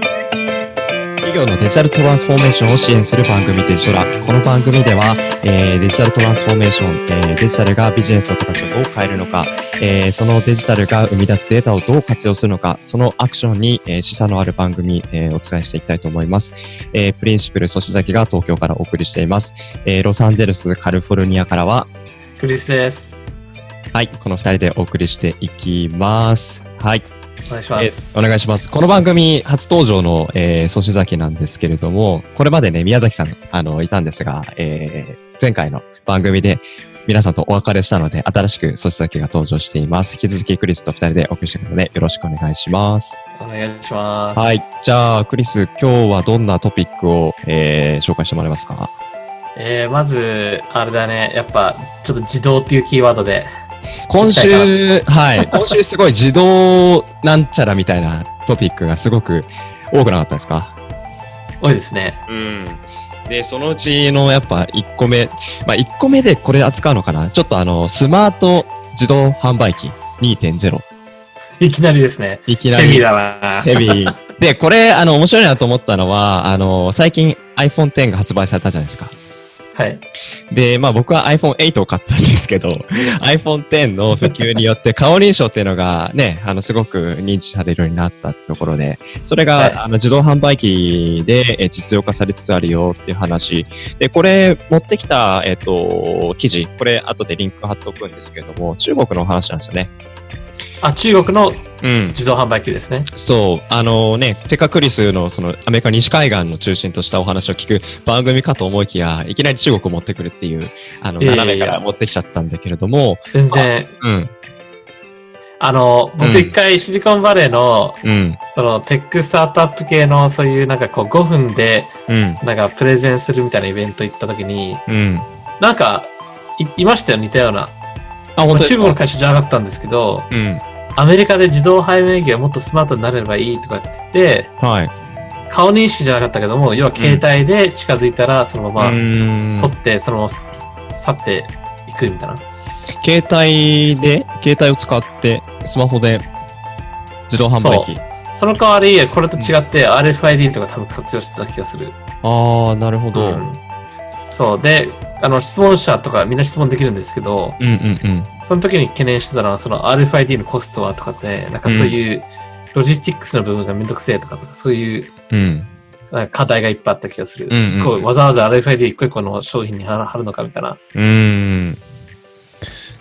企業のデジタルトランスフォーメーションを支援する番組デジトラ。この番組では、えーデジタルトランスフォーメーション、えーデジタルがビジネスの形をどう変えるのか、えーそのデジタルが生み出すデータをどう活用するのか、そのアクションに、えー、示唆のある番組、えーお伝えしていきたいと思います。えープリンシプル、そしざきが東京からお送りしています。えーロサンゼルス、カリフォルニアからは、クリスです。はい、この2人でお送りしていきます。はい。お願いしまえす。お願いします。この番組初登場の、えー、ソシザキなんですけれども、これまでね、宮崎さん、あの、いたんですが、えー、前回の番組で皆さんとお別れしたので、新しくソシザキが登場しています。引き続きクリスと二人でお送りしていくので、よろしくお願いします。お願いします。はい。。じゃあ、クリス、今日はどんなトピックを、えー、紹介してもらえますかえー、まず、あれだね、やっぱ、ちょっと自動っていうキーワードで、今週、はい。 今週すごい自動なんちゃらみたいなトピックがすごく多くなかったですか多いですね。うん。で、そのうちのやっぱ1個目、まあ1個目でこれ扱うのかなちょっとあの、スマート自動販売機2.0。いきなりですね。いきなヘビーりだな。ヘビー。で、これ、あの、面白いなと思ったのは、あの、最近 iPhone X が発売されたじゃないですか。はい。で、まあ僕は iPhone8 を買ったんですけど、iPhone X の普及によって顔認証っていうのがね、あの、すごく認知されるようになったってところで、それが、はいあの、自動販売機でえ実用化されつつあるよっていう話。で、これ持ってきた、えっ、と、記事、これ後でリンク貼っとくんですけども、中国のお話なんですよね。あ、中国のうん。自動販売機ですね。そう、あのね、テカクリスのそのアメリカ西海岸の中心としたお話を聞く番組かと思いきや、いきなり中国を持ってくるっていう、あの、いやいや斜めから持ってきちゃったんだけれども、全然、うん、あの、うん僕一回シリコンバレーの、うん、そのテックスタートアップ系のそういうなんかこう5分でうん、なんかプレゼンするみたいなイベント行った時に、うん。なんかいいましたよ、似たような。あ、本当ですか中国の会社じゃなかったんですけど、うん、アメリカで自動背面機がもっとスマートになれればいいとかって言って、はい。顔認識じゃなかったけども、要は携帯で近づいたらそのまうまーん取って、そのまま去去っていくみたいな。携帯で、携帯を使って、スマホで、自動販売機。その代わり、これと違って RFID とか多分活用してた気がする。ああ、なるほど。う、うんんそう。で、あの、質問者とかみんな質問できるんですけど、うん、うん。その時に懸念してたのは、その RFID のコストはとかね、なんかそういうロジスティックスの部分がめんどくせえとか、そういううん、なんか課題がいっぱいあった気がする。うんうんこうわざわざ RFID 一個一個の商品に貼る貼るのかみたいな。うーん。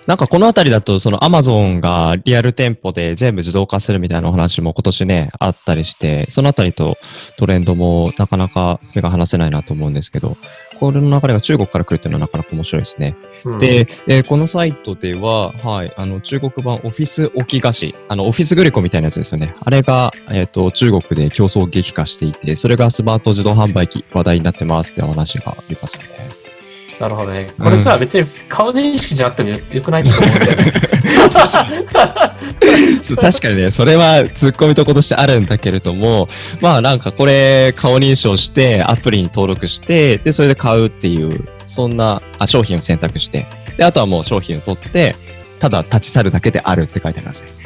なんかこのあたりだと、そのアマゾンがリアル店舗で全部自動化するみたいなお話も今年ね、あったりして、そのあたりとトレンドもなかなか目が離せないなと思うんですけど、これの流れが中国から来るっていうのはなかなか面白いですね。うんで、えーこのサイトでは、はい、あの、中国版オフィス置き菓子、あの、オフィスグリコみたいなやつですよね。あれが、えっ、と、中国で競争激化していて、それがスマート自動販売機話題になってますってお話がありますね。なるほどね。これさ、う別に顔認識じゃなくてもよよくないと思うんだよね。そう確かにね、それはツッコミとことしてあるんだけれども、まあなんかこれ顔認証してアプリに登録して、で、それで買うっていう、そんなあ商品を選択して、で、あとはもう商品を取って、ただ立ち去るだけであるって書いてありますね。うん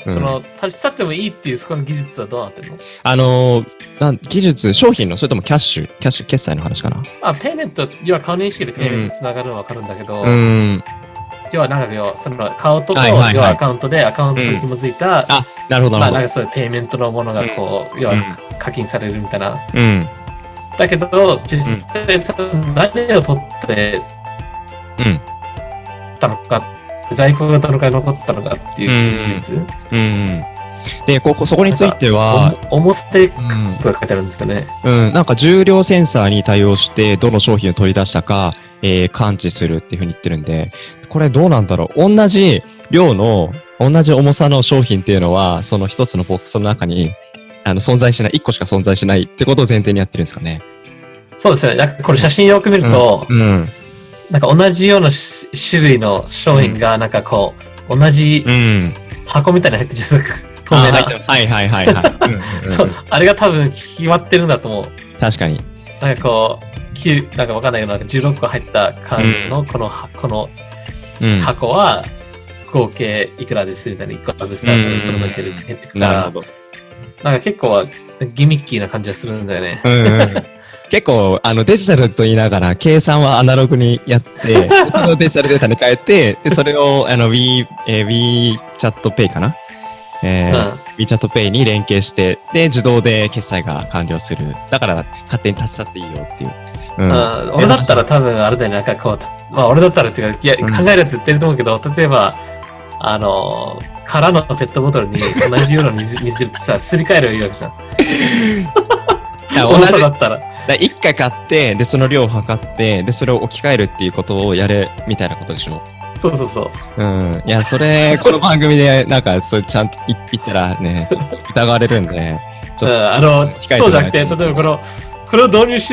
その、立ち去ってもいいっていうそこの技術はどうなってるのあのーなん、技術、商品の、それともキャッシュ、キャッシュ決済の話かな。あ、ペイメント、要は顔認識でペイメントつながるのはわかるんだけど、うん。要はなんか要はその顔と、はいはいはい要はアカウントでアカウントと紐づいた、あ、なるほど、なまあるなんほかそういうペイメントのものがこう、要は課金されるみたいな。ど。うん。だけど、実際その何を取ってうんたのか、在庫がどのくらい残ったのかっていう事実、うん。で、ここ、そこについては、お重さでうん。とか書いてあるんですかね。うん、なんか重量センサーに対応して、どの商品を取り出したか、えー感知するっていうふうに言ってるんで、これどうなんだろう同じ量の、同じ重さの商品っていうのは、その一つのボックスの中に、あの、存在しない、一個しか存在しないってことを前提にやってるんですかね。そうですね。なんかこれ写真よく見ると、うん。なんか同じようなし種類の商品が、なんかこう、同じうん。箱みたいに入ってるじゃん。透あ明入ってな。ますはいはい はいはい。うんうんうんそう、あれが多分決まってるんだと思う。確かに。なんかこう、 9、なんかわかんないけど、なんか16個入った缶のこのは、このうん。箱は合計いくらですみたいな1個外したらそれそれだけで減ってくかなるら、ほど。なんか結構はギミッキーな感じがするんだよね。うんうん、結構あのデジタルと言いながら計算はアナログにやって それをデジタルデータに変えてでそれをあの We、えー、WeChatPay かな、えー WeChatPay に連携してで自動で決済が完了するだから勝手に立ち去っていいよっていう、ううんんうん俺だったら多分あれだよね、なんかこう、まあ俺だったらっていうか、いや、うん考えるやつ言ってると思うけど、例えば、あの、空のペットボトルに同じような 水水ってさ、すり替えるわけじゃん。いや同じ重さだったら。だ1回買ってでその量を測ってでそれを置き換えるっていうことをやれみたいなことでしょそうそうそう。うんいやそれこの番組でなんかそれちゃんと言言ったらね疑われるんで、ちうょん、っとあ控えてもの、らえたらそうじゃなくて、例えばこの、これを導入し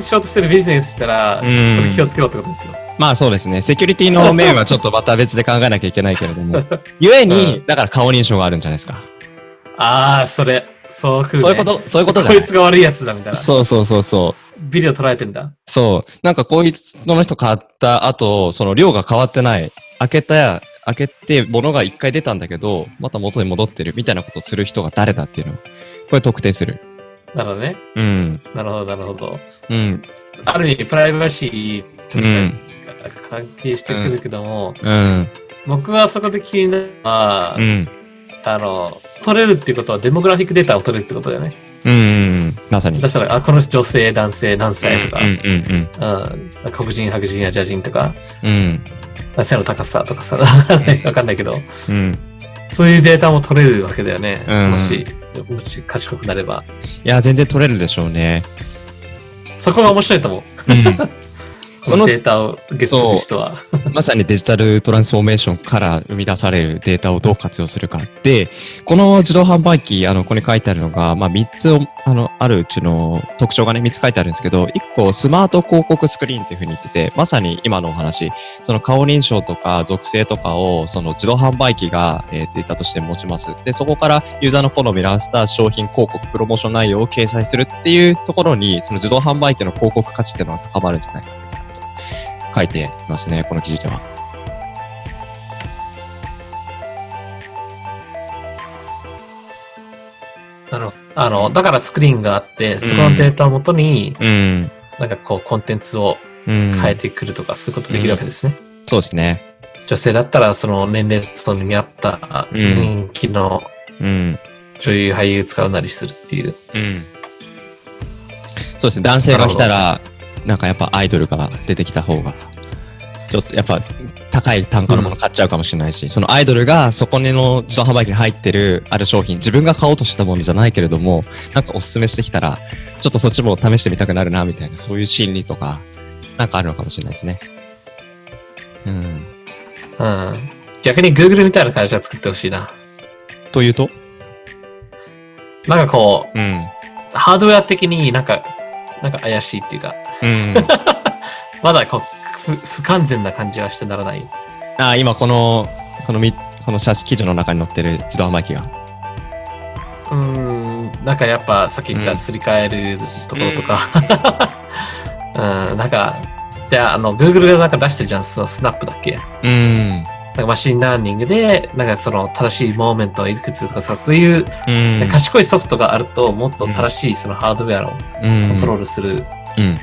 しようとしてるビジネスって言ったら、うんそれ気をつけろってことですよ。まあそうですね。セキュリティの面はちょっとまた別で考えなきゃいけないけれど も。ゆえに、うだから顔認証があるんじゃないですか。ああ、それ、そう来る、ね。そういうこと、そういうことじゃこないいつが悪いやつだみたいな。そうそうそうそう。ビデオ捉えてんだ。そう。なんかこいつの人買った後、その量が変わってない。開けた、開けて物が一回出たんだけど、また元に戻ってるみたいなことをする人が誰だっていうのを。これ特定する。なるほどね。うん。なるほど、なるほど。うん。ある意味、プライバシーとうんか関係してくるけども、うん。僕はそこで気になるのは、うん。あの、取れるっていうことはデモグラフィックデータを取れるってことだよね。うんうん。まさに。だから、あ、この人女性、男性、何歳とか、うんうんうん、黒人、白人、アジア人とか、うん。うん。背の高さとかさ、ん わかんないけど、うん。そういうデータも取れるわけだよね。うんもし、もし賢くなれば。いや、全然取れるでしょうね。そこが面白いと思う。うん。そそののデータをゲットする人は。まさにデジタルトランスフォーメーションから生み出されるデータをどう活用するか。で、この自動販売機、あの、ここに書いてあるのが、まあ、3つを、あの、あるうちの特徴がね、3つ書いてあるんですけど、1個、スマート広告スクリーンっていうふうに言ってて、まさに今のお話、その顔認証とか属性とかを、その自動販売機が、えーデータとして持ちます。で、そこからユーザーの好みに合わせた商品広告、プロモーション内容を掲載するっていうところに、その自動販売機の広告価値っていうのが高まるんじゃないかみたいなこと書いてますね、この記事では。あの、あの、だからスクリーンがあって、そこのデータをもとに、うん。なんかこう、コンテンツをうん変えてくるとか、そういうことできるわけですね。そうですね。女性だったら、その年齢層に見合ったうん人気のうん。女優、俳優使うなりするっていう。うん。そうですね。男性が来たら、なんかやっぱアイドルが出てきた方が、ちょっとやっぱ高い単価のもの買っちゃうかもしれないし、そのアイドルがそこの自動販売機に入ってるある商品、自分が買おうとしたものじゃないけれども、なんかおすすめしてきたら、ちょっとそっちも試してみたくなるな、みたいな、そういう心理とか、なんかあるのかもしれないですね。うん。うん。逆に Google みたいな会社作ってほしいな。というとなんかこうん。う、ハードウェア的になんか、なんか怪しいっていうか、うん。まだこう、不不完全な感じはしてならない。あ、今この、このみ、この写真記事の中に載ってる自動販売機が。うーん、なんかやっぱさっき言っうたんすり替えるところとか、 うん、なんか、で、あの、Google がなんか出してるじゃん、そのスナップだっけなうん。んかマシンラーニングで、なんかその正しいモーメントをいくつとかさ、そういう、うん。賢いソフトがあると、もっと正しいそのハードウェアをうんコントロールするうん。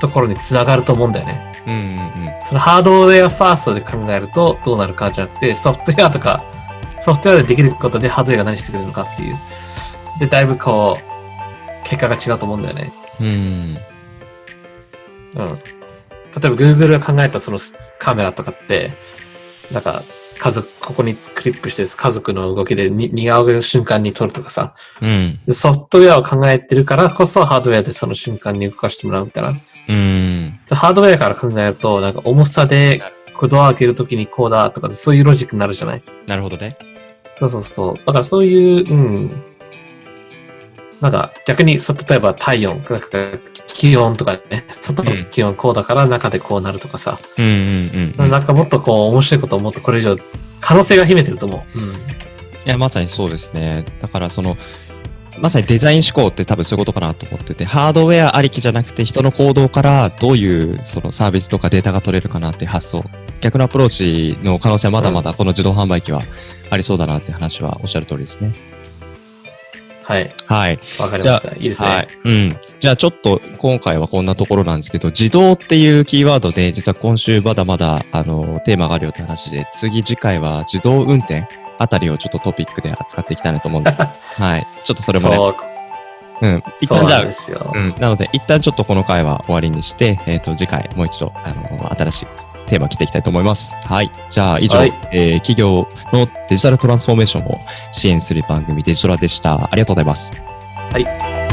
ところにつながると思うんだよね。うん。うん。そのハードウェアファーストで考えるとどうなるかじゃなくて、ソフトウェアとか、ソフトウェアでできることでハードウェアが何してくれるのかっていう。で、だいぶこう、結果が違うと思うんだよね。うん。うん。例えば Google が考えたそのカメラとかって、なんか、家族、ここにクリップして家族の動きでに似顔絵の瞬間に撮るとかさ、うん。でソフトウェアを考えてるからこそハードウェアでその瞬間に動かしてもらうみたいな。うん。そうハードウェアから考えると、なんか重さで、こうドア開けるときにこうだとか、そういうロジックになるじゃないなるほどね。そうそうそう。だからそういう、うん。なんか逆に、そう例えば体温、なんか気温とかね、外の気温こうだから中でこうなるとかさ、うん。うん。うん。いなんかもっとこう面白いことをもっとこれ以上、可能性が秘めてると思う。うん。や、まさにそうですね。だから、その、まさにデザイン思考って多分そういうことかなと思ってて、ハードウェアありきじゃなくて、人の行動からどういうそのサービスとかデータが取れるかなっていう発想、逆のアプローチの可能性はまだまだこの自動販売機はありそうだなっていう話はおっしゃる通りですね。はい。はい。わかりました。いいですね。はい。うん。じゃあちょっと今回はこんなところなんですけど、自動っていうキーワードで、実は今週まだまだ、あの、テーマがあるよって話で、次次回は自動運転あたりをちょっとトピックで扱っていきたいなと思うんですけ ど、はい。ちょっとそれもね、そううん。一そう旦じゃなあんで、すよ。うん。なので、一旦ちょっとこの回は終わりにして、えっ、と、次回もう一度、あの、新しいテーマ来ていきたいと思います。はい。じゃあ、以上、はいえー企業のデジタルトランスフォーメーションを支援する番組デジトラでした。ありがとうございます。はい。